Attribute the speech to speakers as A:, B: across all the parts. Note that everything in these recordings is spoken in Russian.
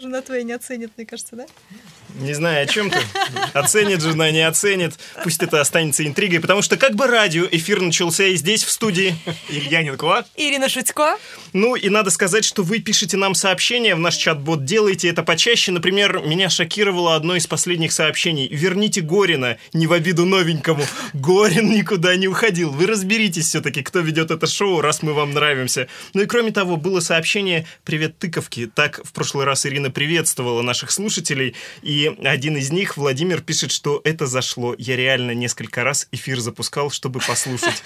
A: Жена твоя не оценит, мне кажется, да?
B: Не знаю, о чем ты. Оценит жена, не оценит. Пусть это останется интригой, потому что как бы радио эфир начался и здесь, в студии. Илья Нинкова.
C: Ирина Шутько.
B: Ну и надо сказать, что вы пишете нам сообщения в наш чат-бот, делайте это почаще. Например, меня шокировало одно из последних сообщений. Верните Горина, не в обиду новенькому. Горин никуда не уходил. Вы разберитесь все-таки, кто ведет это шоу, раз мы вам нравимся. Ну и кроме того, было сообщение «Привет, тыковки». Так в прошлый раз Ирина приветствовала наших слушателей. И один из них, Владимир, пишет, что это зашло. Я реально несколько раз эфир запускал, чтобы послушать.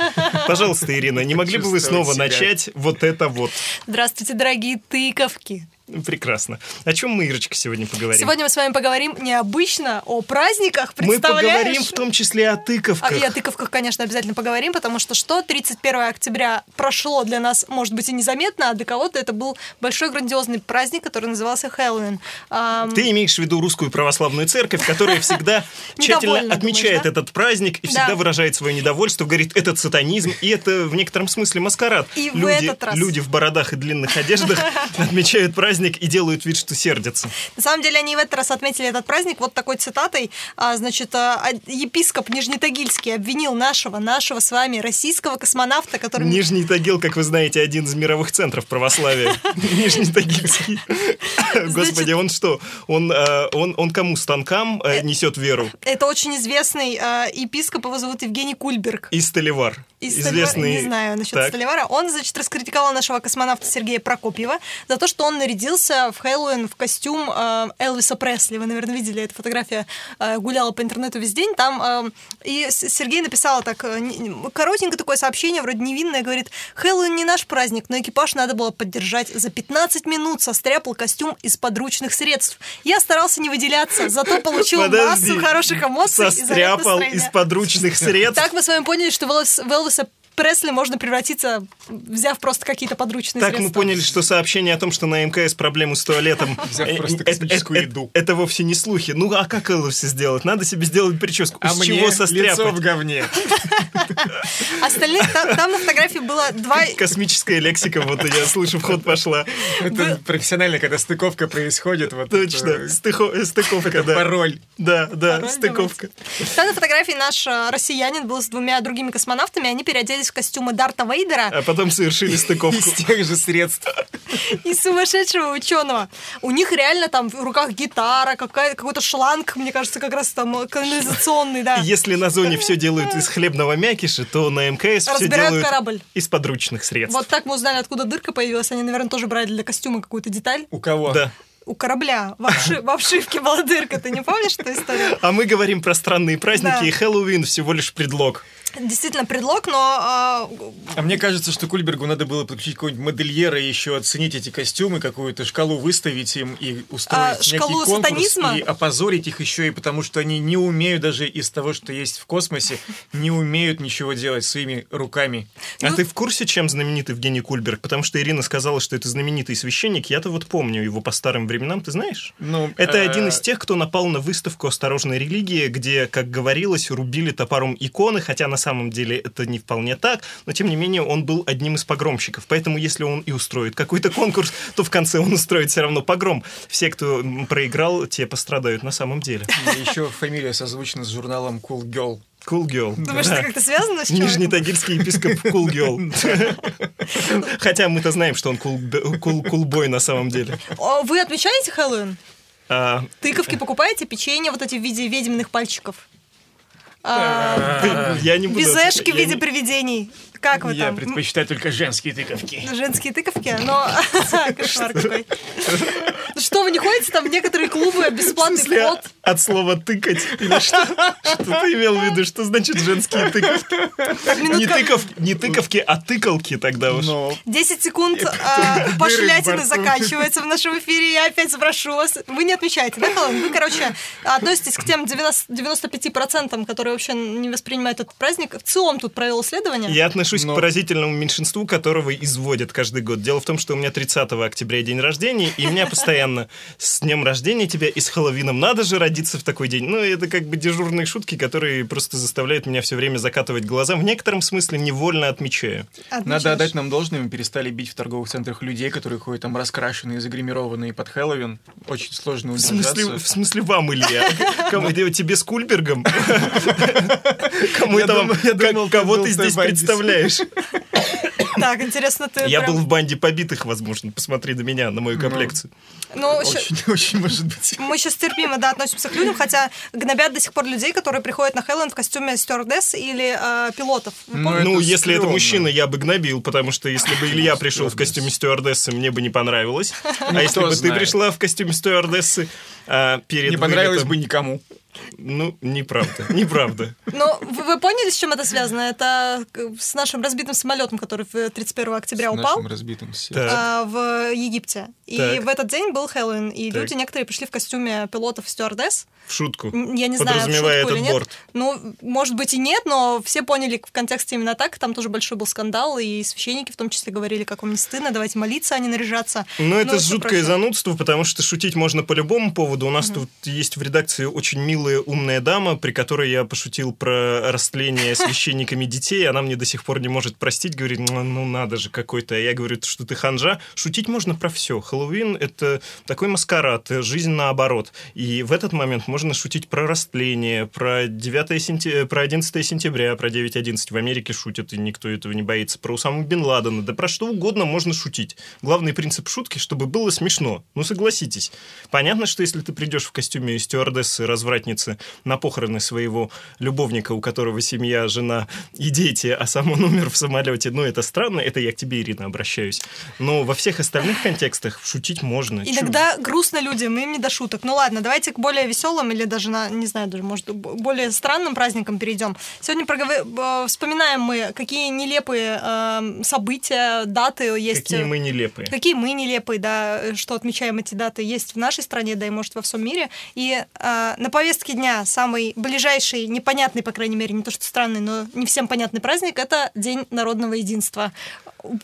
B: Пожалуйста, Ирина, не могли бы вы снова
D: Почувствовать себя.
B: начать вот это вот?
C: Здравствуйте, дорогие тыковки.
B: Прекрасно. О чем мы, Ирочка, сегодня поговорим?
C: Сегодня мы с вами поговорим необычно о праздниках,
B: мы
C: представляешь?
B: поговорим в том числе о тыковках.
C: А, и о тыковках, конечно, обязательно поговорим, потому что что 31 октября прошло для нас, может быть, и незаметно, а для кого-то это был большой грандиозный праздник, который назывался Хэллоуин. Ам,
B: Ты имеешь в виду русскую православную церковь, которая всегда тщательно
C: Недовольна,
B: отмечает
C: думаешь, да?
B: этот праздник и всегда
C: Да.
B: выражает свое недовольство, говорит, этот сатанизм, и это в некотором смысле маскарад.
C: И в
B: Люди-
C: этот раз.
B: Люди в бородах и длинных одеждах отмечают праздник и делают вид, что сердятся.
C: На самом деле они в этот раз отметили этот праздник вот такой цитатой. А, Значит, а, а, епископ Нижнетагильский обвинил нашего, нашего с вами российского космонавта, который...
B: Нижний Тагил, как вы знаете, один из мировых центров православия. Нижний Тагильский. Господи, он что? Он, э, он, он кому? Станкам э, несет веру?
C: Это очень известный э, епископ, его зовут Евгений Кульберг.
B: И Столивар.
C: И Столяр- Не знаю насчет
B: Так.
C: Столивара. Он, значит, раскритиковал нашего космонавта Сергея Прокопьева за то, что он нарядился в Хэллоуин в костюм э, Элвиса Пресли. Вы, наверное, видели эту фотографию. э, гуляла по интернету весь день. Там э, и С- Сергей написал так э, не- не- коротенько такое сообщение, вроде невинное, говорит, Хэллоуин не наш праздник, но экипаж надо было поддержать. За 15 минут состряпал костюм из подручных средств. Я старался не выделяться, зато получил
B: Подожди.
C: массу хороших эмоций. и заряд
B: Состряпал из
C: настроения».
B: подручных средств.
C: Так мы с вами поняли, что в Элвис- в Элвиса Пресли можно превратиться, взяв просто какие-то подручные
B: Так мы
C: средства.
B: поняли, что сообщение о том, что на МКС проблемы с туалетом,
D: Взяв
B: э,
D: просто
B: э, э,
D: космическую
B: э,
D: еду.
B: это вовсе не слухи. Ну а как Элвисе сделать? Надо себе сделать прическу.
D: А
B: С
D: мне
B: чего
D: лицо в
B: состряпать?
D: говне.
C: Остальных там, там на фотографии было два...
B: Космическая лексика, вот я слышу, в ход пошла.
D: Это профессионально, когда стыковка происходит. вот
B: Точно,
D: это
B: стыхо- э, стыковка, да.
D: Пароль.
B: Да, да,
C: Пароль,
B: стыковка.
C: Там на фотографии наш э, россиянин был с двумя другими космонавтами, они переоделись в костюмы Дарта Вейдера
B: А потом совершили стыковку.
D: Из тех же средств.
C: и сумасшедшего ученого. У них реально там в руках гитара, какая- какой-то шланг, мне кажется, как раз там э, канализационный, да.
B: Если на зоне все делают из хлебного мякиша, то на МКС все
C: Разбирают
B: делают
C: корабль.
B: из подручных средств.
C: Вот так мы узнали, откуда дырка появилась. Они, наверное, тоже брали для костюма какую-то деталь.
D: У кого?
B: Да.
C: У корабля в обши- в обшивке была дырка. Ты не помнишь эту историю?
B: А мы говорим про странные праздники,
C: Да.
B: и Хэллоуин всего лишь предлог.
C: Действительно предлог, но
D: А мне кажется, что Кульбергу надо было подключить какого-нибудь модельера и еще оценить эти костюмы, какую-то шкалу выставить им и устроить
C: А,
D: некий
C: шкалу
D: конкурс
C: сатанизма?
D: и опозорить их еще и потому, что они не умеют даже из того, что есть в космосе, не умеют ничего делать своими руками.
B: А
C: Ну-
B: ты в курсе, чем знаменит Евгений Кульберг? Потому что Ирина сказала, что это знаменитый священник. Я-то вот помню его по старым временам, ты знаешь?
D: Ну,
B: Это
D: э,
B: один из тех, кто напал на выставку «Осторожная религия», где, как говорилось, рубили топором иконы, хотя на самом деле это не вполне так, но тем не менее он был одним из погромщиков. Поэтому если он и устроит какой-то конкурс, то в конце он устроит все равно погром. Все, кто м, проиграл, те пострадают на самом деле.
D: И Еще фамилия созвучна с журналом Cool Girl.
B: Cool girl.
C: Думаешь,
B: Да.
C: это как-то связано с
B: Нижний
C: человеком?
B: тагильский епископ Кулгел. Хотя мы-то знаем, что он кул- кул- кулбой на самом деле.
C: О, Вы отмечаете Хэллоуин?
B: А,
C: Тыковки покупаете, печенье вот эти в виде ведьминых пальчиков? А,
B: Я не буду...
C: Безешки в
B: я не-
C: виде привидений. Как вы
D: Я
C: там?
D: предпочитаю только женские тыковки.
C: М, Женские тыковки, но кошмар какой. Ну Что, вы не ходите там в некоторые клубы,
B: В
C: бесплатный
B: смысле,
C: вход?
B: От слова тыкать или что? Что ты имел в виду? Что значит женские тыковки?
C: Ну
B: Не тыков- Не тыковки, а тыкалки тогда уж.
D: Но
C: 10 секунд а, пошлятины
D: борту.
C: заканчивается в нашем эфире. Я опять спрошу вас. Вы не отмечаете, да, Хэллоуин? Вы, короче, относитесь к тем 90 95%, которые вообще не воспринимают этот праздник. В целом тут провел исследование.
B: Я отношусь
D: Но-
B: к поразительному меньшинству, которого изводят каждый год. Дело в том, что у меня 30 октября день рождения, и меня постоянно с днем рождения тебя и с Хэллоуином надо же родиться в такой день. Ну, это как бы дежурные шутки, которые просто заставляют меня все время закатывать глаза. В некотором смысле невольно отмечаю.
D: Надо отдать нам должное, мы перестали бить в торговых центрах людей, которые ходят там раскрашенные, загримированные под Хэллоуин. Очень сложно
B: В
D: удержаться.
B: смысле, в смысле вам, Илья? Кому, тебе с Кульбергом? Кому
D: Я
B: это вам?
D: думал- я
B: как-
D: думал, ты
B: Кого
D: был
B: ты
D: в той
B: здесь
D: банде.
B: представляешь?
C: Так, интересно, ты
B: Я
C: прям-
B: был в банде побитых, возможно. Посмотри на меня, на мою комплекцию.
C: Ну, щ-
D: Очень, очень может быть.
C: мы сейчас терпимо, да, относимся к людям, хотя гнобят до сих пор людей, которые приходят на Хэллоуин в костюме стюардесс или э, пилотов. Вы
D: Ну,
C: помните?
B: Ну,
D: это
B: если это
D: стрёмно.
B: мужчина, я бы гнобил, потому что если бы Илья пришел в
D: Стюардесса.
B: костюме стюардессы, мне бы не понравилось. А если бы ты
D: знает.
B: пришла в костюме стюардессы а, перед
D: Не понравилось
B: вылетом-
D: бы никому.
B: Ну, неправда, неправда.
C: Но вы, вы поняли, с чем это связано? Это к- с нашим разбитым самолетом, который в 31 октября
D: С
C: упал.
D: нашим разбитым сердцем.
B: Так.
C: а, в Египте. И
B: Так.
C: в этот день был Хэллоуин, и
B: Так.
C: люди некоторые пришли в костюме пилотов стюардесс.
B: В шутку.
C: Н- Я не знаю, в шутку
B: Подразумевая
C: или
B: этот
C: нет.
B: борт.
C: Ну, может быть и нет, но все поняли в контексте именно так. Там тоже большой был скандал, и священники в том числе говорили, как вам не стыдно, давайте молиться, а не наряжаться.
B: Ну, это
C: Ну, всё
B: жуткое
C: прошло.
B: занудство, потому что шутить можно по любому поводу. У нас тут есть в редакции очень милая умная дама, при которой я пошутил про растление священниками детей. Она мне до сих пор не может простить, говорит, ну, ну, надо же какой-то. А я говорю, «Ты что ты ханжа. Шутить можно про все. Хэллоуин — это такой маскарад, э, жизнь наоборот. И в этот момент можно шутить про растление, про, 9 сентя... про 11 сентября, про 9.11. В Америке шутят, и никто этого не боится. Про Усаму Бен Ладена, да про что угодно можно шутить. Главный принцип шутки, чтобы было смешно. Ну, согласитесь. Понятно, что если ты придешь в костюме стюардессы, развратницы на похороны своего любовника, у которого семья, жена и дети, а сам он умер в самолете, ну, это странно, это я к тебе, Ирина, обращаюсь. Но во всех остальных контекстах шутить можно. Чё?
C: Иногда грустно людям, им не до шуток. Ну ладно, давайте к более веселым или даже, на, не знаю, даже, может, б- более странным праздникам перейдем. Сегодня проговы- э, вспоминаем мы, какие нелепые эм, события, даты есть. э,
B: Какие мы нелепые.
C: Какие мы нелепые, да, э, что отмечаем эти даты, есть в нашей стране, да и, может, во всем мире. И э, на повестке дня самый ближайший, непонятный, по крайней мере, не то что странный, но не всем понятный праздник, это День народного единства.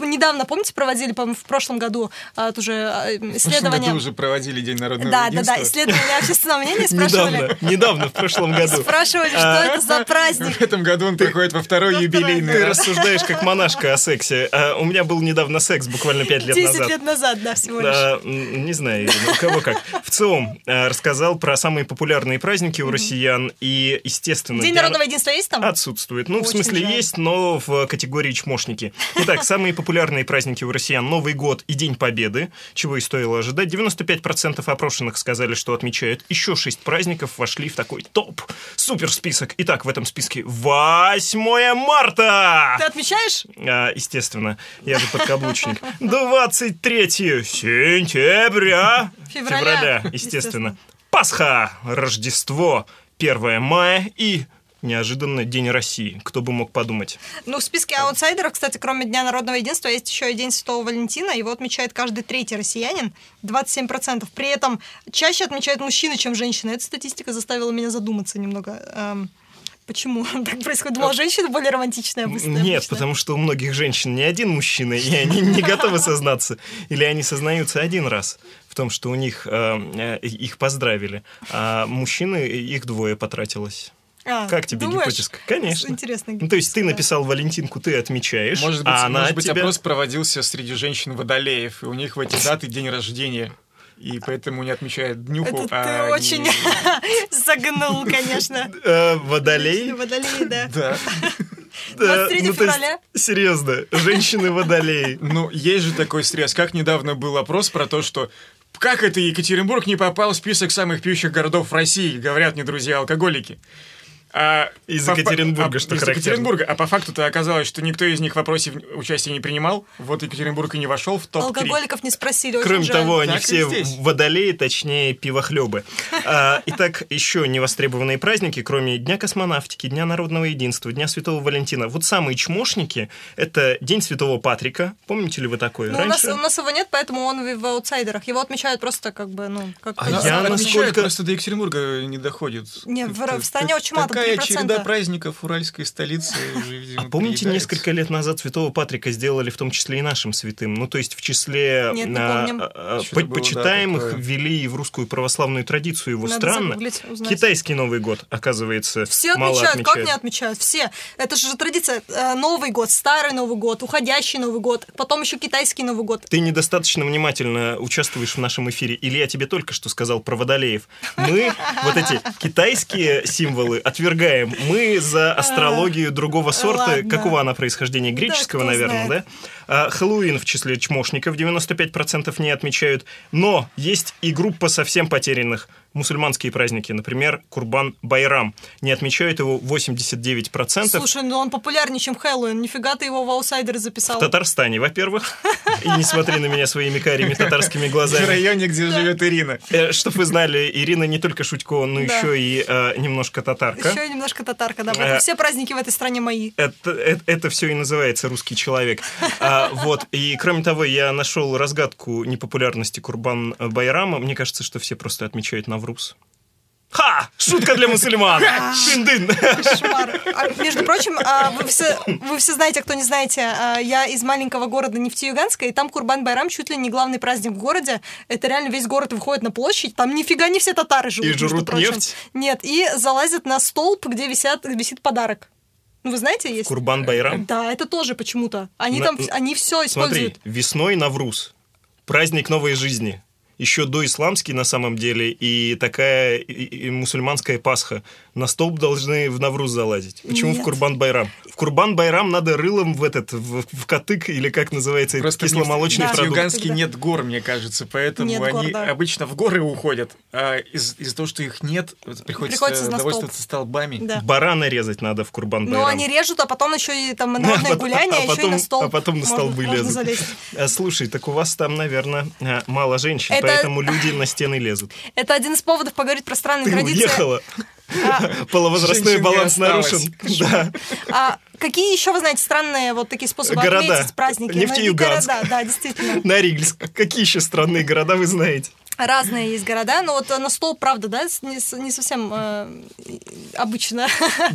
C: Недавно, помните, проводили, по-моему, в прошлом году э, тоже э,
D: В прошлом
C: исследование...
D: году уже проводили День народного
C: Да, да,
D: единства.
C: да, исследование общественного мнения спрашивали.
B: Недавно, недавно, в прошлом году.
C: Спрашивали, что
B: А.
C: это за
D: В
C: праздник.
D: этом году он проходит во второй
C: Во
D: юбилейный
B: Ты
D: раз.
B: рассуждаешь как монашка о сексе. А у меня был недавно секс, буквально пять лет
C: 10
B: назад.
C: лет назад, да, всего лишь.
B: А, м, не знаю, Ирина, у кого как. В целом, а, рассказал про самые популярные праздники у россиян и, естественно...
C: День
B: для-
C: народного единства есть там?
B: Отсутствует. Ну, в
C: Очень
B: смысле,
C: жаль.
B: есть, но в категории чмошники. Итак, самые популярные праздники у россиян Новый год и День Победы, чего и стоило ожидать. 95% опрошенных сказали, что отмечают. Еще шесть праздников вошли в такой топ. Супер список. Итак, в этом списке 8 марта.
C: Ты отмечаешь?
B: А, естественно, я же подкаблучник. 23 сентября.
C: Февраля.
B: естественно.
C: Естественно.
B: Пасха, Рождество, 1 мая и неожиданно День России. Кто бы мог подумать.
C: Ну, в списке аутсайдеров, кстати, кроме Дня народного единства, есть еще и День Святого Валентина. Его отмечает каждый третий россиянин, 27%. При этом чаще отмечают мужчины, чем женщины. Эта статистика заставила меня задуматься немного. эм, почему так происходит? Думала, женщины более романтичные обычно.
B: Э, Нет,
C: обычно.
B: потому что у многих женщин не один мужчина, и они не готовы сознаться. Или они сознаются один раз в том, что у них э, э, их поздравили, а мужчины их двое потратилось.
C: А,
B: Как тебе
C: думаешь?
B: гипотезка? Конечно.
C: Интересная
B: Ну, то есть
C: гипотезка,
B: ты
C: да.
B: написал Валентинку, ты отмечаешь,
D: Может быть,
B: а она
D: может быть
B: тебя...
D: опрос проводился среди женщин-водолеев, и у них в эти даты день рождения. И поэтому не отмечают днюху.
C: Это
D: а
C: ты
D: не-
C: очень загнул, конечно.
B: Э, водолей.
C: Водолей, да.
D: Да.
C: 23
B: Да, ну, то есть,
C: февраля.
B: серьезно, женщины водолеи.
D: Ну, есть же такой срез. Как недавно был опрос про то, что как это Екатеринбург не попал в список самых пьющих городов России, говорят мне друзья-алкоголики. А
B: Из
D: по фа-
B: Екатеринбурга,
D: а-
B: что
D: из
B: характерно.
D: Екатеринбурга. А по факту-то оказалось, что никто из них в вопросе в- участия не принимал. Вот Екатеринбург и не вошел в топ-3.
C: Алкоголиков не спросили, очень
B: Кроме
C: жаль.
B: того, они
D: Так и
B: все
D: здесь.
B: водолеи, точнее, пивохлебы. А, итак, еще невостребованные праздники, кроме Дня космонавтики, Дня народного единства, Дня Святого Валентина. Вот самые чмошники — это День Святого Патрика. Помните ли вы такое?
C: Ну, у нас,
B: Раньше...
C: у нас его нет, поэтому он в, в аутсайдерах. Его отмечают просто как бы, ну, как...
B: А
D: Но
B: Я,
D: отмечают,
B: насколько-
D: просто до Екатеринбурга не доходит.
C: Не, в-
D: Как-то-
C: в стране
D: как-
C: очень мало
D: Такая
C: 3%.
D: череда праздников уральской столицы.
B: А помните, несколько лет назад Святого Патрика сделали в том числе и нашим святым? Ну, то есть в числе
C: Нет, не
B: а,
C: помним.
B: а, а,
D: Что-то
B: по-
D: было, да,
B: почитаемых
D: такое.
B: ввели и в русскую православную традицию. Его
C: Надо
B: странно.
C: загуглить, узнать.
B: Китайский Новый год, оказывается,
C: Все
B: мало
C: отмечают, как
B: отмечают.
C: не отмечают? Все. Это же традиция. Э, Новый год, старый Новый год, уходящий Новый год, потом еще китайский Новый год.
B: Ты недостаточно внимательно участвуешь в нашем эфире. Или я тебе только что сказал про водолеев. Мы вот эти китайские символы отвергаем. Мы за астрологию другого сорта.
C: А, ладно.
B: Какого она происхождения? Греческого,
C: Да, кто
B: наверное,
C: знает.
B: да? А, Хэллоуин в числе чмошников 95% не отмечают. Но есть и группа совсем потерянных. Мусульманские праздники, например, Курбан-Байрам. Не отмечают его 89%.
C: Слушай, ну он популярнее, чем Хэллоуин. Нифига ты его в аутсайдеры записал.
B: В Татарстане, во-первых. И не смотри на меня своими карими татарскими
D: В
B: глазами.
D: районе, где живет Ирина.
B: Чтобы Э, вы знали, Ирина не только Шутько, но
C: Да.
B: еще и э, немножко татарка.
C: Еще немножко татарка, да.
B: Э.
C: поэтому Все праздники в этой стране мои.
B: Это, все и называется русский человек. А, вот. И кроме того, я нашел разгадку непопулярности Курбан э, Байрама. Мне кажется, что все просто отмечают Навруз. Ха! Шутка для мусульман! Шин-дын!
C: Кошмар. А, между прочим, а, вы, все, вы все знаете, а кто не знаете, а, я из маленького города Нефтеюганска, и там Курбан-Байрам чуть ли не главный праздник в городе. Это реально весь город выходит на площадь, там нифига не все татары живут.
B: И
C: между
B: жрут
C: прочим.
B: нефть?
C: Нет, и залазят на столб, где висят, висит подарок. Ну, вы знаете, есть?
B: Курбан Байрам.
C: Да, это тоже почему-то. Они
B: На-
C: там, они все
B: Смотри,
C: используют.
B: весной Навруз. Праздник новой жизни. Еще до исламский на самом деле и такая и- и мусульманская Пасха. На столб должны в Навруз залазить. Почему в
C: Нет.
B: Курбан-Байрам? В Курбан-Байрам надо рылом в этот, в, в катык или как называется, этот
D: Просто
B: кисломолочный
C: Да.
B: продукт.
D: Юганске нет гор, мне кажется, поэтому
C: Нет гор,
D: они
C: да.
D: обычно в горы уходят. А из- из-за того, что их нет, вот приходится,
C: Приходится на столб.
D: довольствоваться столбами.
C: Да.
B: Барана резать надо в Курбан-Байрам.
C: Но они режут, а потом еще и там народное
B: А пот-
C: гуляние,
B: а
C: еще и
B: потом-
C: на столб.
B: А потом на
C: можно-
B: столбы
C: можно
B: лезут.
C: залезть.
B: А, Слушай, так у вас там, наверное, а, мало женщин,
C: Это-
B: поэтому люди на стены лезут.
C: Это один из поводов поговорить про странные
B: Ты
C: традиции.
B: уехала. Половозрастной
D: Женщин не
B: баланс
D: осталось.
B: нарушен. Да.
C: А какие еще вы знаете странные вот такие способы
B: Города.
C: отметить праздники?
B: Нефтеюганск.
C: Ну, и города, да, действительно.
B: Норильск. Какие еще странные города вы знаете?
C: Разные есть города, но вот э, на стол, правда, да, с- не, с- не совсем э, обычно.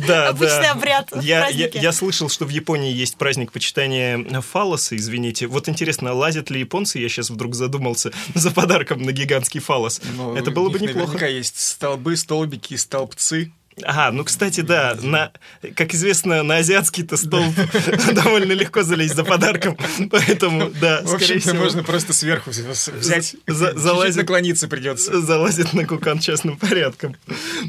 B: Да,
C: Обычный
B: да.
C: обряд
B: Я, я,
C: праздники.
B: я слышал, что в Японии есть праздник почитания фалоса, извините. Вот интересно, лазят ли японцы, я сейчас вдруг задумался, за подарком на гигантский фалос?
D: Но
B: Это
D: у
B: было бы
D: них
B: неплохо.
D: Ну, Наверняка есть столбы, столбики, столбцы.
B: Ага, ну, кстати, да, на, как известно, на азиатский-то стол довольно легко залезть за подарком, поэтому, да,
D: В
B: А, скорее
D: общем-то,
B: всего,
D: можно просто сверху взять.
B: За-
D: Чуть-чуть
B: залазит.
D: наклониться Ну, придется.
B: залазит на кукан частным порядком.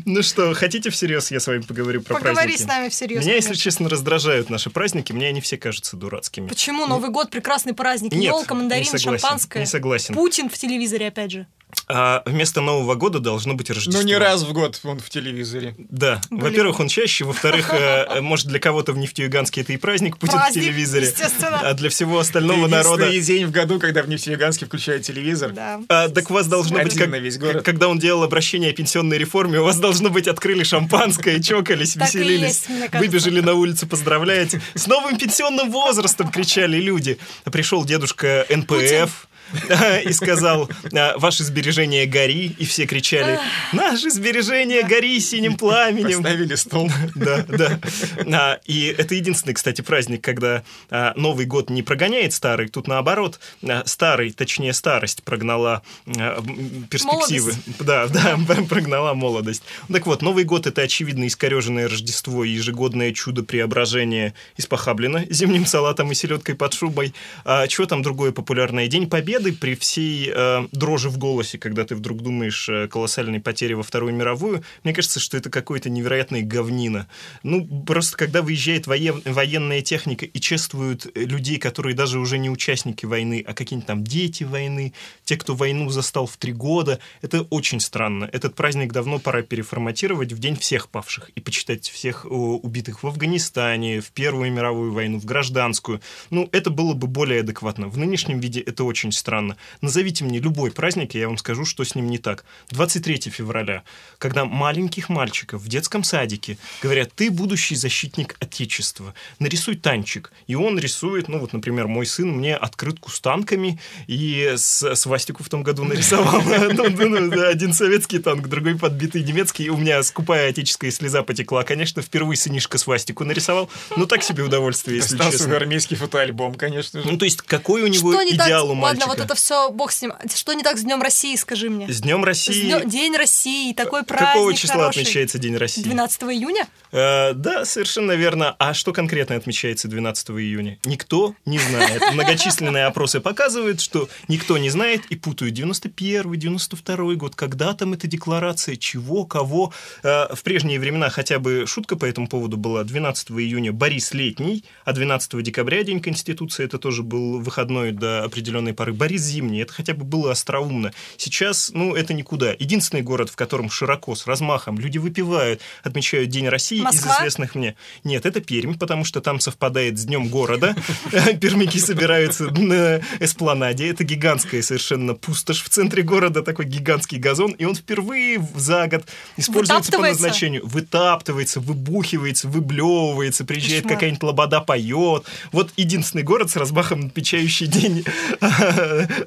B: Ну что, хотите всерьез я с вами поговорю про
C: Поговори
B: праздники?
C: с нами всерьез.
B: Меня, если
C: конечно.
B: честно, раздражают наши праздники, мне они все кажутся дурацкими.
C: Почему Новый год прекрасный праздник?
B: Нет,
C: Елка, мандарин,
B: не согласен,
C: шампанское.
B: не согласен.
C: Путин в телевизоре, опять же.
B: А вместо Нового года должно быть Рождество.
D: Ну, не раз в год он в телевизоре.
B: Да.
C: Блин.
B: Во-первых, он чаще. Во-вторых, э, может, для кого-то в Нефтеюганске это и праздник Путин
C: Праздник,
B: в телевизоре.
C: естественно.
B: А для всего остального
D: Единственный
B: народа...
D: день в году, когда в Нефтеюганске включают телевизор.
C: Да.
B: А, так у вас должно быть,
D: Один
B: как-
D: на весь город.
B: как- когда он делал обращение о пенсионной реформе, у вас должно быть открыли шампанское, чокались,
C: Так и
B: веселились,
C: есть, мне кажется.
B: выбежали на улицу, поздравляете. С новым пенсионным возрастом кричали люди. А Пришел дедушка НПФ. да, И сказал, «А, ваши сбережения гори, и все кричали, наши сбережения гори синим пламенем.
D: Поставили стол.
B: Да, да. А, и это единственный, кстати, праздник, когда а, Новый год не прогоняет старый, тут наоборот, а, старый, точнее старость прогнала а, м, перспективы. Да, да, прогнала молодость. Так вот, Новый год это очевидно искореженное Рождество и ежегодное чудо преображения из Похаблина зимним салатом и селедкой под шубой. А, чего там другое популярное? День Победы при всей э, дрожи в голосе, когда ты вдруг думаешь э, колоссальной потери во Вторую мировую, мне кажется, что это какое-то невероятное говнина. Ну, просто когда выезжает воен- военная техника и чествуют э, людей, которые даже уже не участники войны, а какие-нибудь там дети войны, те, кто войну застал в три года, это очень странно. Этот праздник давно пора переформатировать в день всех павших и почитать всех э, убитых в Афганистане, в Первую мировую войну, в гражданскую. Ну, это было бы более адекватно. В нынешнем виде это очень странно. Назовите мне любой праздник, и я вам скажу, что с ним не так. 23 февраля, когда маленьких мальчиков в детском садике говорят, ты будущий защитник Отечества, нарисуй танчик. И он рисует, ну вот, например, мой сын мне открытку с танками и с свастику в том году нарисовал. Ну, ну, да, Один советский танк, другой подбитый немецкий. У меня скупая отеческая слеза потекла. Конечно, впервые сынишка свастику нарисовал, но так себе удовольствие, если
D: Остался
B: честно.
D: армейский фотоальбом, конечно же.
B: Ну, то есть, какой у него
C: Что не так?
B: идеал у
C: Ладно,
B: мальчика?
C: вот это все, бог с ним. Что не так с Днем России, скажи мне?
B: С Днем России.
C: С днём- День России, такой праздник
B: Какого числа
C: хороший.
B: отмечается День России?
C: 12 июня?
B: Э, да, совершенно верно. А что конкретно отмечается 12 июня? Никто не знает. Многочисленные опросы показывают, что никто не знает и путают 91 92 год. Когда там эта декларация? Чего? Кого? Э, в прежние времена хотя бы шутка по этому поводу была. 12 июня Борис Летний, а 12 декабря День Конституции. Это тоже был выходной до определенной поры. Борис Зимний. Это хотя бы было остроумно. Сейчас, ну, это никуда. Единственный город, в котором широко, с размахом люди выпивают, отмечают День России
C: Москва?
B: из известных мне. Нет, это Пермь, потому что там совпадает с днем города. Пермики собираются на эспланаде. Это гигантская совершенно пустошь в центре города, такой гигантский газон. И он впервые в- за год используется по
C: Вытаптывается?
B: назначению. Вытаптывается, выбухивается, выблевывается, приезжает
C: Кошмар.
B: какая-нибудь лобода, поет. Вот единственный город с размахом отмечающий День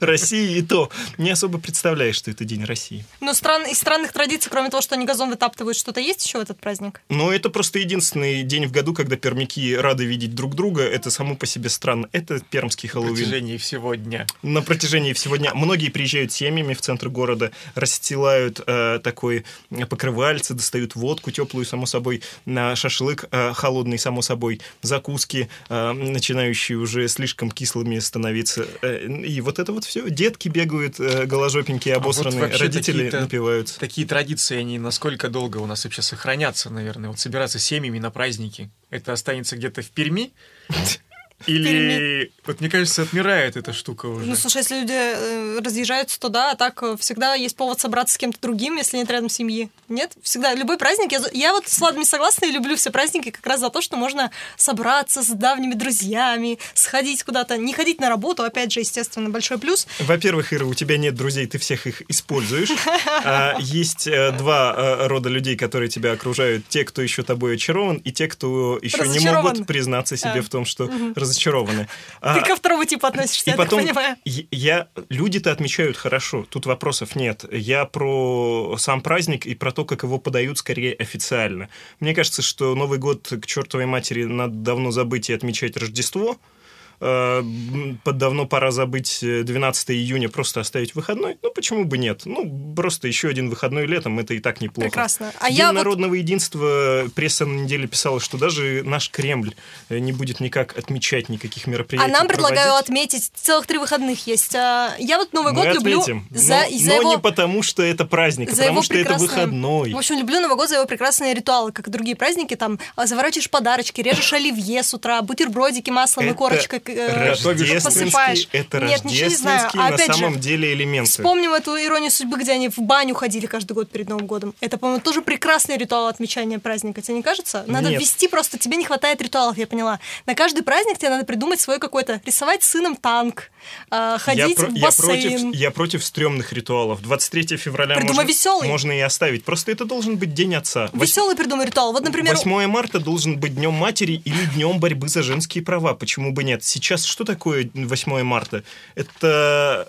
B: России. И то не особо представляешь, что это День России.
C: Ну, стран... из странных традиций, кроме того, что они газон вытаптывают, что-то есть еще в этот праздник?
B: Но это просто единственный день в году, когда пермяки рады видеть друг друга. Это само по себе странно. Это пермский
D: В
B: Хэллоуин.
D: протяжении всего дня.
B: На протяжении всего дня. Многие приезжают семьями в центр города, расстилают э, такой покрывальце, достают водку теплую, само собой, на шашлык э, холодный, само собой, закуски, э, начинающие уже слишком кислыми становиться. Э, и вот это вот все. Детки бегают, э, голожопенькие,
D: А вот
B: обосранные,
D: вообще
B: родители
D: такие-то-
B: напиваются.
D: Такие традиции, они насколько долго у нас вообще сохранятся, наверное, вот собираться семьями на праздники. Это останется где-то в Перми? Или, вот мне кажется, отмирает эта штука уже.
C: Ну, слушай, если люди э, разъезжаются, то да, а так э, всегда есть повод собраться с кем-то другим, если нет рядом семьи. Нет? Всегда. Любой праздник. Я, за- я вот с Владом не согласна и люблю все праздники как раз за то, что можно собраться с давними друзьями, сходить куда-то, не ходить на работу, опять же, естественно, большой плюс.
B: Во-первых, Ира, у тебя нет друзей, ты всех их используешь. А, Есть э, два э, рода людей, которые тебя окружают. Те, кто еще тобой очарован, и те, кто еще не
C: Разочарован.
B: могут признаться себе
C: А.
B: в том, что разочарованы.
C: Ты
B: А,
C: ко второму типу относишься,
B: и
C: я
B: потом
C: так понимаю.
B: я- я люди-то отмечают хорошо, тут вопросов нет. Я про сам праздник и про то, как его подают скорее официально. Мне кажется, что Новый год к чертовой матери надо давно забыть и отмечать Рождество. Э, м, под давно пора забыть э, 12 июня, просто оставить выходной. Ну, почему бы нет? Ну, просто еще один выходной летом, это и так неплохо.
C: Прекрасно. А
B: День
C: я вот-
B: народного единства пресса на неделе писала, что даже наш Кремль э, не будет никак отмечать никаких мероприятий.
C: А нам предлагаю
B: проводить.
C: отметить целых три выходных есть. А, Я вот Новый
B: Мы
C: год люблю
B: отметим.
C: за,
B: но,
C: и за
B: но
C: его
B: не потому, что это праздник, а
C: за его
B: потому что это
C: прекрасное-
B: выходной.
C: В общем, люблю Новый год за его прекрасные ритуалы, как и другие праздники. Там а, заворачиваешь подарочки, режешь оливье с утра, бутербродики маслом и
B: Это
C: корочкой. к- э,
B: рождественский,
C: посыпаешь.
B: это
C: Нет, ничего не знаю.
B: рождественский
C: А
B: на
C: опять же,
B: самом деле элементы.
C: Вспомним эту иронию судьбы, где они в баню ходили каждый год перед Новым годом. Это, по-моему, тоже прекрасный ритуал отмечания праздника, тебе не кажется? Надо
B: Нет.
C: ввести, просто тебе не хватает ритуалов, я поняла. На каждый праздник тебе надо придумать свой какой-то. Рисовать с сыном танк, э,
B: Я,
C: ходить
B: про-
C: в
B: я
C: бассейн.
B: против, я против стрёмных ритуалов. 23 февраля
C: Придумай
B: можно,
C: веселый.
B: можно и оставить. Просто это должен быть день отца. Вось-
C: Веселый придумай ритуал. Вот, например,
B: 8 марта должен быть днем матери или днем борьбы за женские права. Почему бы нет? Сейчас что такое 8 марта? Это,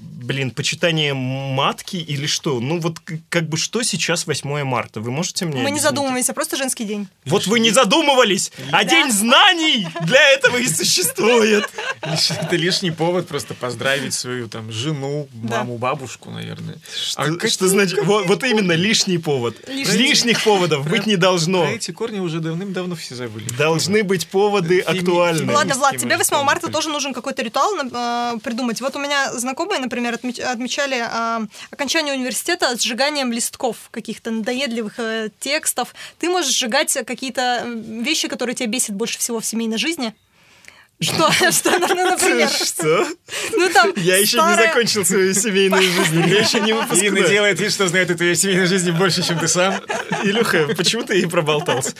B: блин, почитание матки или что? Ну вот к- как бы что сейчас 8 марта? Вы можете мне
C: мы не
B: объяснить?
C: задумываемся, просто женский день.
B: Вот вы не задумывались,
C: Да.
B: а День знаний для этого и существует.
D: Лиш- Это лишний повод просто поздравить свою там жену,
C: Да.
D: маму, бабушку, наверное.
B: Что,
D: А
B: что
D: какие-
B: значит? Вот, вот именно лишний повод.
C: Лишний.
B: Лишних поводов быть не должно.
D: Про эти корни уже давным-давно все забыли.
B: Должны быть поводы
D: Феми-
B: актуальны.
D: феми-
C: Ладно, Влад,
D: Феминистским
C: тебе 8
D: ритуалом,
C: марта
D: так.
C: тоже нужен какой-то ритуал э, придумать. Вот у меня знакомые, например, отмеч- отмечали э, окончание университета сжиганием листков каких-то надоедливых э, текстов. Ты можешь сжигать какие-то м, вещи, которые тебя бесят больше всего в семейной жизни. Что? Что, ну, например?
B: Что?
C: Ну, там
B: Я еще не
C: старая-
B: закончил свою семейную жизнь. Я еще не
D: Ирина
B: выпускной.
D: делает вид, что знает о твоей семейной жизни больше, чем ты сам.
B: Илюха, почему ты и проболтался?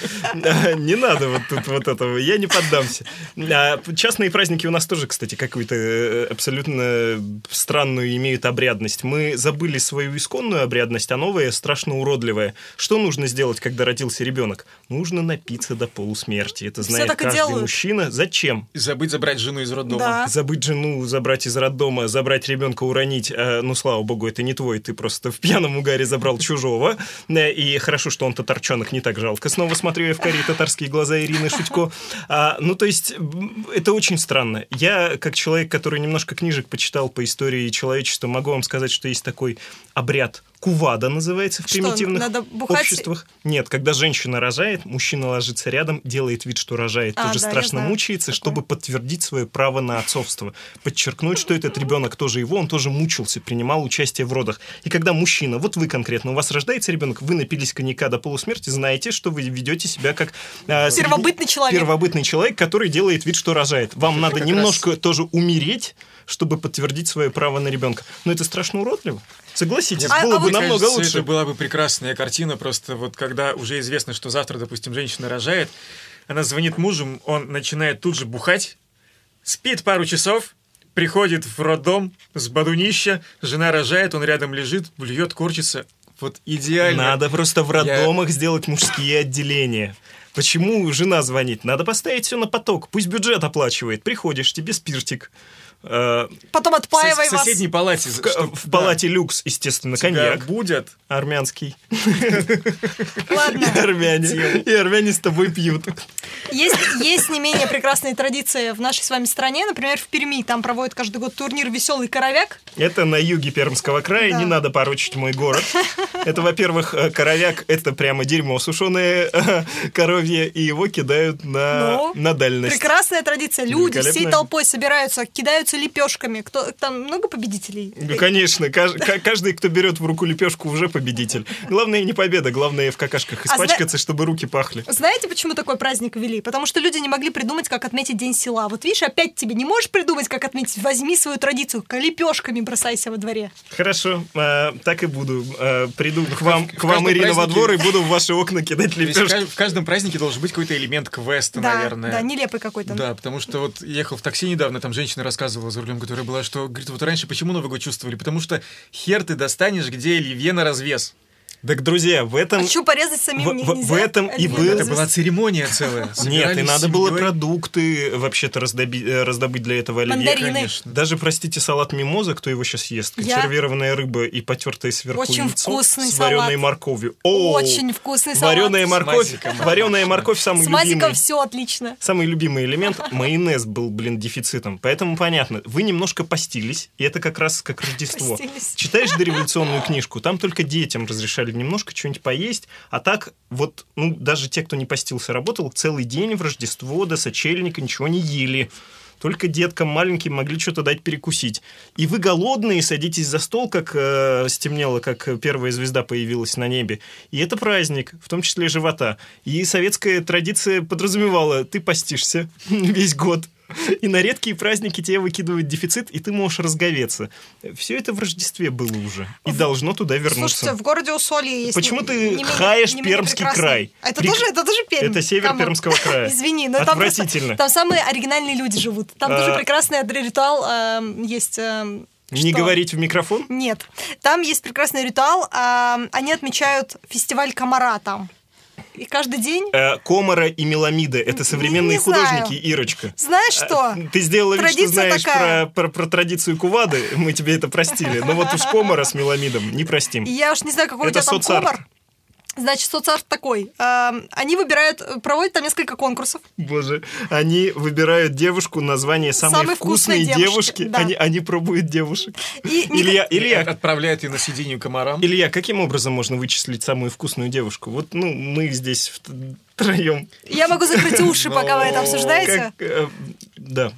B: А, Не надо вот тут вот этого, я не поддамся. А, Частные праздники у нас тоже, кстати, какую-то э, абсолютно странную имеют обрядность. Мы забыли свою исконную обрядность, а новая страшно уродливая. Что нужно сделать, когда родился ребенок? Нужно напиться до полусмерти. Это
C: Все
B: знает
C: так и
B: каждый
C: делают.
B: мужчина. Зачем?
D: И забыть забрать жену из роддома.
C: Да.
B: Забыть жену, забрать из роддома, забрать ребенка, уронить. э, ну, слава богу, это не твой, ты просто в пьяном угаре забрал чужого. Э, и хорошо, что он татарчонок не так жалко. Снова смотрю я в карие татарские глаза Ирины Шутько. А, ну, то есть, м, это очень странно. Я, как человек, который немножко книжек почитал по истории человечества, могу вам сказать, что есть такой обряд Кувада называется в
C: Что,
B: примитивных
C: надо бухать?
B: обществах. Нет, когда женщина рожает, мужчина ложится рядом, делает вид, что рожает,
C: А,
B: тоже
C: да, я
B: страшно
C: знаю.
B: мучается, чтобы подтвердить свое право на отцовство. Подчеркнуть, что этот ребенок тоже его, он тоже мучился, принимал участие в родах. И когда мужчина, вот вы конкретно, у вас рождается ребенок, вы напились коньяка до полусмерти, знаете, что вы ведете себя как а, среди-
C: Первобытный человек.
B: первобытный человек, который делает вид, что рожает. Вам надо
D: как
B: немножко тоже умереть, чтобы подтвердить свое право на ребенка. Но это страшно уродливо. Согласитесь,
C: А-
B: было
C: а
B: бы
C: вот-
D: Мне
B: намного
D: кажется,
B: лучше.
D: Это была бы прекрасная картина, просто вот когда уже известно, что завтра, допустим, женщина рожает, она звонит мужем, он начинает тут же бухать, спит пару часов, приходит в роддом с бадунища, жена рожает, он рядом лежит, блюет, корчится. Вот идеально.
B: Надо просто в роддомах сделать мужские отделения. Почему жена звонит? Надо поставить все на поток. Пусть бюджет оплачивает. Приходишь, тебе спиртик. Э,
C: Потом
D: В сос-
C: отпаивай
D: в
C: вас.
D: соседней палате.
B: В, ка- в палате люкс, естественно, коньяк.
D: будет.
B: Армянский.
C: Ладно.
B: И армяне. И армяне с тобой пьют.
C: Есть, есть не менее прекрасные традиции в нашей с вами стране. Например, в Перми там проводят каждый год турнир «Веселый коровяк».
B: Это на юге Пермского края,
C: Да.
B: не надо порочить мой город. Это, во-первых, э, коровяк, это прямо дерьмо сушеное э, коровье, и его кидают на,
C: Ну,
B: на дальность.
C: Прекрасная традиция. Люди
B: Великолепная.
C: всей толпой собираются, кидаются лепешками. Кто, там много победителей?
B: Ну, конечно, каж- ка- каждый, кто берет в руку лепешку, уже победитель. Главное не победа, главное в какашках
C: А зна-
B: испачкаться, чтобы руки пахли.
C: Знаете, почему такой праздник ввели? Потому что люди не могли придумать, как отметить День села. Вот видишь, опять тебе не можешь придумать, как отметить. Возьми свою традицию, лепешками бросайся во дворе.
B: Хорошо, э, так и буду. Э, приду к вам, к вам
D: каждом
B: Ирина, во
D: празднике-
B: двор и буду в ваши окна кидать
D: То есть в
B: лепешки.
D: ка- в каждом празднике должен быть какой-то элемент квеста,
C: да,
D: наверное.
C: да, нелепый какой-то.
D: Да, потому что вот ехал в такси недавно, там женщина рассказывала за рулем, которая была, что, говорит, вот раньше почему Новый год чувствовали? Потому что хер ты достанешь, где оливье на развес.
B: Так, друзья, в этом...
C: А что, порезать самим
B: В-
C: не-
B: в- в
C: нельзя?
B: этом и
C: Оливье
B: был-
C: на
D: Это
C: развес.
D: была церемония целая.
B: Нет,
D: Собирались
B: и
D: с
B: надо было
D: семьей.
B: продукты вообще-то раздаби- э, раздобыть для этого оливье.
C: Мандарины.
D: конечно.
B: Даже, простите, салат мимоза, кто его сейчас ест?
C: Я-
B: Консервированная рыба и потертое сверху
C: Очень
B: яйцо
C: вкусный
B: с вареной
C: салат.
B: морковью. О,
C: Очень вкусный салат.
B: Вареная
C: С
B: морковь,
D: мазиком,
B: вареная
D: отлично.
B: морковь самый
C: С мазиком
B: любимый.
C: все отлично.
B: Самый любимый элемент – майонез был, блин, дефицитом. Поэтому понятно, вы немножко постились, и это как раз как Рождество.
C: Постились.
B: Читаешь дореволюционную книжку, там только детям разрешали немножко что-нибудь поесть, а так вот, ну, даже те, кто не постился, работал, целый день в Рождество до сочельника ничего не ели. Только деткам маленьким могли что-то дать перекусить. И вы голодные садитесь за стол, как э, стемнело, как э, первая звезда появилась на небе. И это праздник, в том числе и живота. И советская традиция подразумевала, ты постишься весь год. И на редкие праздники тебе выкидывают дефицит, и ты можешь разговеться. Все это в Рождестве было уже. И должно туда вернуться.
C: Слушайте, в городе Усолье есть...
B: Почему
C: не-
B: ты
C: не менее-
B: хаешь
C: не менее
B: Пермский
C: прекрасный-
B: край?
C: А Это
B: Прек-
C: тоже, это тоже Пермь.
B: Это север
C: Камон.
B: Пермского края.
C: Извини, но там просто-
B: Э, Отвратительно.
C: Там самые оригинальные люди живут. Там
B: А.
C: тоже прекрасный адр- ритуал эм, есть... эм,
B: Не
C: что?
B: говорить в микрофон?
C: Нет. Там есть прекрасный ритуал. эм, они отмечают фестиваль комара там. И каждый день...
B: Э, Комара и Меламида. Это современные
C: не знаю.
B: художники, Ирочка.
C: Знаешь
B: А,
C: что?
B: Ты сделала вид, что
C: Традиция
B: знаешь
C: такая.
B: про, про- про традицию Кувады, мы тебе это простили. Но вот уж Комара с Меламидом не простим.
C: И Я уж не знаю, какой
B: Это
C: у тебя там
B: соцарт.
C: комар. Значит, соцарт такой. Эм, они выбирают, э, проводят там несколько конкурсов.
B: Боже, они выбирают девушку, название самой,
C: Самой вкусной
B: девушки.
C: девушки, да.
B: Они, они пробуют девушек.
C: И ни-
B: Илья, Илья,
D: От- Отправляют ее на сиденье комарам.
B: Илья, каким образом можно вычислить самую вкусную девушку? Вот, ну, мы здесь втроем.
C: я могу закрыть уши, пока вы это
D: Ну,
C: обсуждаете.
B: э, да.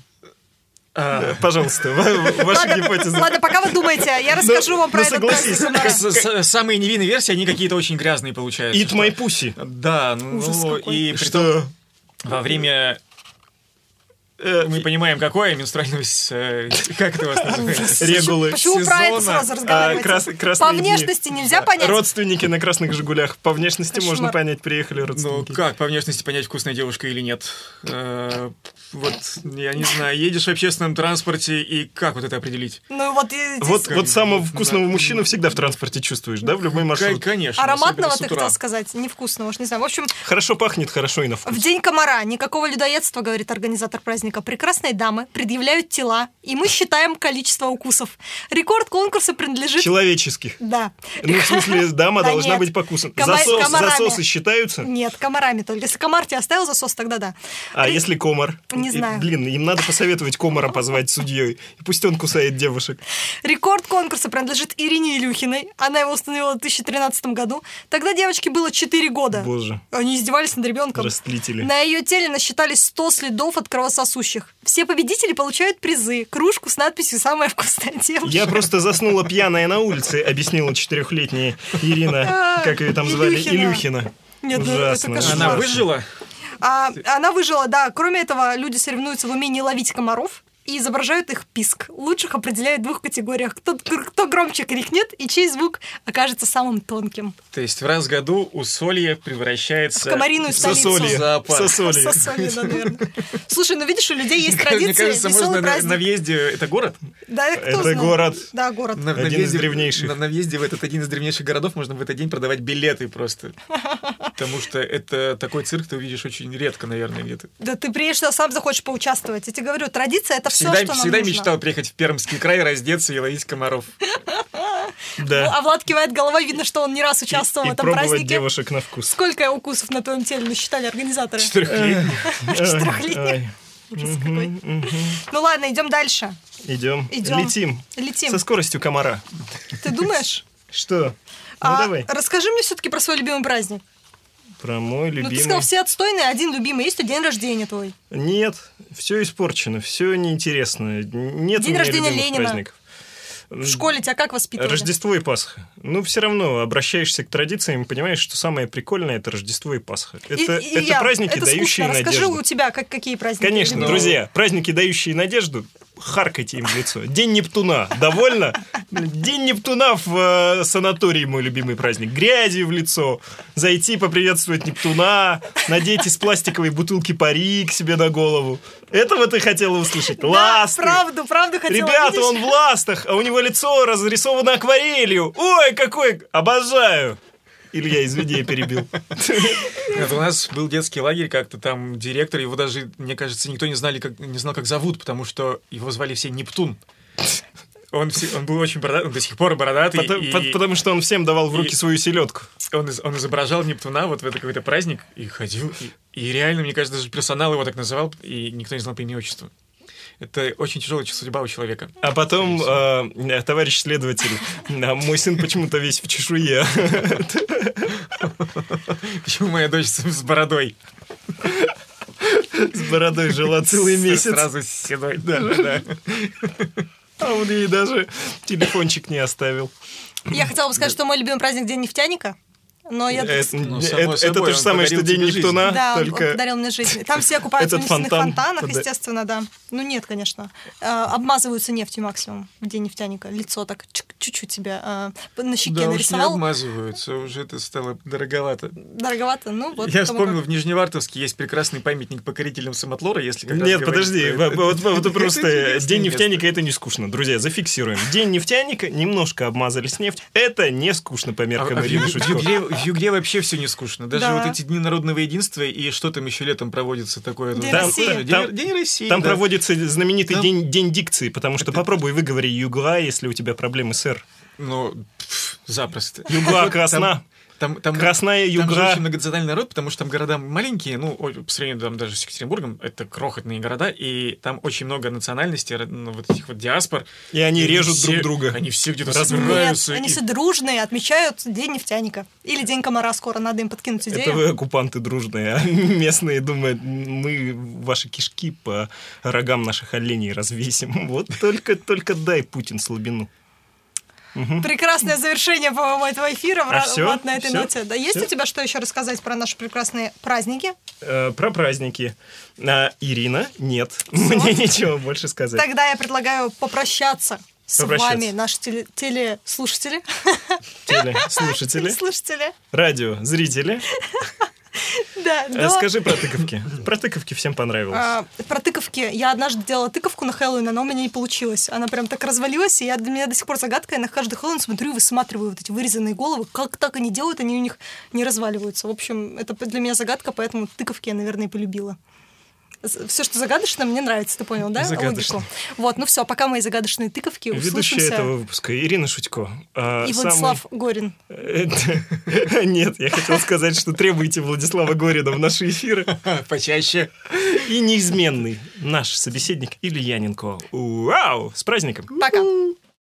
D: А,
B: Э, Пожалуйста, ва- ваша гипотеза.
C: Ладно, пока вы думаете, я расскажу вам про
B: ну,
C: этот
B: согласись.
C: красный комар.
D: с- с- Самые невинные версии, они какие-то очень грязные получаются.
B: Eat my pussy.
D: Да, ну
C: Ужас какой.
D: и притом
B: Что?
D: во время
B: э,
D: Мы понимаем, какое менструального... с- э, Как это у вас называется?
B: регулы
C: Почему про это
D: сезона,
C: сразу
D: а,
B: а,
C: разговаривать?
B: крас- красные
C: По
B: дни.
C: внешности нельзя
B: Да.
C: понять.
B: Родственники на красных «Жигулях». По внешности
C: Кошмар.
B: можно понять, приехали
D: Ну,
B: родственники.
D: как по внешности понять, вкусная девушка или нет? Э, Вот, я не знаю, едешь в общественном транспорте, и как вот это определить?
C: Ну вот и здесь-
B: Вот,
D: Как
B: вот
D: бы,
B: самого
D: да.
B: вкусного мужчину всегда в транспорте чувствуешь, да, в любой
D: Кай-
B: маршрут.
D: Конечно.
C: Ароматного ты
D: особенно с утра.
C: хотел сказать, невкусного, уж не знаю. В общем,
B: Хорошо пахнет, хорошо и на вкус.
C: в день комара никакого людоедства, говорит организатор праздника. Прекрасные дамы предъявляют тела, и мы считаем количество укусов. Рекорд конкурса принадлежит...
B: Человеческих.
C: Да.
B: Ну, в смысле, дама
C: Да
B: должна
C: нет.
B: быть покусана.
C: Кома-
B: Засос-
C: комарами.
B: засосы считаются?
C: Нет, комарами только. Если комар тебе оставил засос, тогда да.
B: А
C: Ре-
B: если комар?
C: Не
B: И,
C: знаю.
B: блин, им надо посоветовать комара позвать судьей. И пусть он кусает девушек.
C: Рекорд конкурса принадлежит Ирине Илюхиной. Она его установила в 2013 году. Тогда девочке было 4 года.
B: Боже.
C: Они издевались над ребенком.
B: Растлители.
C: На ее теле насчитались 100 следов от кровососущих. Все победители получают призы, кружку с надписью «Самая вкусная девушка».
B: Я просто заснула пьяная на улице, объяснила четырехлетняя Ирина, как ее там звали,
C: А, Илюхина.
B: Илюхина.
C: Нет, ну,
B: Ужасно.
C: это кошмар.
D: Она выжила?
C: А, она выжила, да. Кроме этого, люди соревнуются в умении ловить комаров и изображают их писк. Лучших определяют в двух категориях. Кто, кто громче крикнет и чей звук окажется самым тонким.
D: То есть в раз в году усолье превращается...
C: В комариную столицу.
B: Сосоли.
D: Зоопарк.
B: Сосоли.
C: Сосоли, да, наверное. Слушай, ну видишь, у людей есть
D: Мне
C: традиция,
D: кажется, можно
C: веселый
D: на, на
C: праздник.
D: въезде... Это город?
C: Да, кто
B: Это
C: знает?
B: город.
C: Да, город.
D: На,
B: Один из древнейших.
D: На, на въезде в этот один из древнейших городов можно в этот день продавать билеты просто. Потому что это такой цирк ты увидишь очень редко, наверное, где-то.
C: Да ты приедешь сюда, сам захочешь поучаствовать. Я тебе говорю, традиция — это все,
D: Всегда,
C: А что нам
D: всегда
C: нужно.
D: мечтал приехать в Пермский край, раздеться и ловить комаров.
C: Ну,
B: Да.
C: а Влад кивает головой, видно, что он не раз участвовал
B: И
C: в этом
B: пробовать
C: празднике.
B: девушек на вкус.
C: Сколько укусов на твоем теле насчитали организаторы?
D: Четырехлетний.
C: Четырехлетних.
B: Ай,
C: Ужас какой. Ну ладно, идем дальше.
B: Идем.
C: Идем.
B: Летим.
C: Летим.
B: Со скоростью комара.
C: Ты думаешь?
B: Что? Ну
C: А
B: давай.
C: Расскажи мне все-таки про свой любимый праздник.
B: Про мой
C: Ну, ты
B: любимый.
C: сказал, все отстойные, один любимый. Есть у тебя день рождения твой?
B: Нет, все испорчено, все неинтересно. Нет
C: День
B: у меня
C: рождения
B: любимых
C: Ленина.
B: праздников.
C: В школе тебя как воспитывали?
B: Рождество и Пасха. Ну, все равно обращаешься к традициям и понимаешь, что самое прикольное это Рождество и Пасха.
C: И-
B: Это,
C: и
B: это
C: я.
B: праздники,
C: Это скучно.
B: дающие
C: Расскажи
B: надежду.
C: у тебя, как, какие праздники?
B: Конечно,
C: любимые?
B: друзья, праздники, дающие надежду, харкайте им в лицо. День Нептуна, довольно? День Нептуна в э, санатории мой любимый праздник. Грязью в лицо, зайти поприветствовать Нептуна, надеть из пластиковой бутылки парик себе на голову. Этого ты хотела услышать?
C: Да,
B: Ласты!
C: правду, правду хотела
B: Ребята,
C: видишь?
B: он в ластах, а у него лицо разрисовано акварелью. Ой, какой... Обожаю! Илья, извини, я перебил.
D: Это у нас был детский лагерь, как-то там директор, его даже, мне кажется, никто не, знали, как, не знал, как зовут, потому что его звали все Нептун. Он, все- он был очень бородатый, он до сих пор бородатый,
B: Потом-
D: и
B: по- Потому что он всем давал в руки
D: и-
B: свою селедку.
D: он, из- он изображал Нептуна вот в это какой-то праздник и ходил. И, и реально, мне кажется, даже персонал его так называл, и никто не знал по имени и отчеству. Это очень тяжелая судьба у человека.
B: А потом, э, э, товарищ следователь, э, мой сын почему-то весь в чешуе.
D: Почему моя дочь с, с бородой?
B: С бородой жила целый
D: С-
B: месяц.
D: Сразу с седой. Да, да, да.
B: А он ей даже телефончик не оставил.
C: Я хотела бы сказать, что мой любимый праздник День нефтяника, но я...
B: Э,
D: Ну,
B: э,
D: само
B: Это
D: собой,
B: то же
D: он
B: самое, что
D: подарил
B: День
D: тебе
B: Нептуна,
C: Да, он- он
B: только
C: подарил мне жизнь. Там все купаются в
B: Этот
C: нефтяных
B: фонтан
C: фонтанах,
B: пода-
C: естественно, да. Ну нет, конечно. Э, обмазываются нефтью максимум в день нефтяника. Лицо так чик- чуть-чуть тебя э, на щеке
D: Да уж не
C: нарисовал.
D: обмазываются, уже это стало дороговато.
C: Дороговато, ну вот.
D: Я
C: кому
D: вспомнил,
C: как.
D: в Нижневартовске есть прекрасный памятник покорителям самотлора, если как раз
B: Нет,
D: говорить
B: подожди,
D: про
B: вот- вот
D: это. А
B: вот просто
D: Интересное
B: День
D: место.
B: нефтяника это не скучно. Друзья, зафиксируем. День нефтяника, немножко обмазались нефть. Это не скучно по
D: А- а
B: меркам
D: В
B: Ирины
D: Ю- в
B: Шутько.
D: Югре- в Югре вообще все не скучно. Даже
C: Да.
D: вот эти дни народного единства и что там еще летом проводится такое.
C: День
D: Там-
C: России.
D: День-
B: Там-
D: День России.
B: Там
D: да.
B: проводится знаменитый
D: Там-
B: день, день дикции, потому что попробуй выговори югла, если у тебя проблемы с «р».
D: Ну, пф, запросто.
B: Югла красна.
D: Там, там,
B: Красная
D: там же
B: югра.
D: очень многонациональный народ, потому что там города маленькие, ну, о- по сравнению там даже с Екатеринбургом, это крохотные города, и там очень много национальностей, ро- ну, вот этих вот диаспор.
B: И они режут
D: все-
B: друг друга.
D: Они все где-то
B: Раз-
C: Нет,
D: собираются.
C: они
D: и-
C: все дружные, отмечают День нефтяника. Или День комара скоро, надо им подкинуть идею.
B: Это вы оккупанты дружные, а местные думают, мы ваши кишки по рогам наших оленей развесим. Вот только, только дай Путин слабину.
C: Прекрасное завершение, по-моему, этого эфира. Вра-
B: А всё?
C: Вот на этой
B: Всё?
C: ноте. Да, есть
B: Всё?
C: у тебя что еще рассказать про наши прекрасные праздники?
B: Э, Про праздники. А, Ирина, нет. Мне нечего больше сказать.
C: Тогда я предлагаю попрощаться с
B: Попрощаться.
C: вами, наши теле- телеслушатели.
B: Теле- Слушатели,
C: Слушатели.
B: радио, зрители.
C: Да,
B: Э,
C: до-
B: Скажи про тыковки. Про тыковки всем понравилось.
C: А, про тыковки. Я однажды делала тыковку на Хэллоуин, она у меня не получилась. Она прям так развалилась, и я, для меня до сих пор загадка. Я на каждый Хэллоуин смотрю и высматриваю вот эти вырезанные головы. Как так они делают, они у них не разваливаются. В общем, это для меня загадка, поэтому тыковки я, наверное, и полюбила. Все, что загадочно, мне нравится, ты понял, да?
B: Загадочно.
C: Логику. Вот, ну все, пока мои загадочные тыковки,
B: Ведущая
C: услышимся.
B: этого выпуска Ирина Шутько. А,
C: И
B: самый-
C: Владислав Горин.
B: Э, да. Нет, я хотел сказать, что требуйте Владислава Горина в наши эфиры.
D: Почаще.
B: И неизменный наш собеседник Ильяненко. Вау! С праздником!
C: Пока.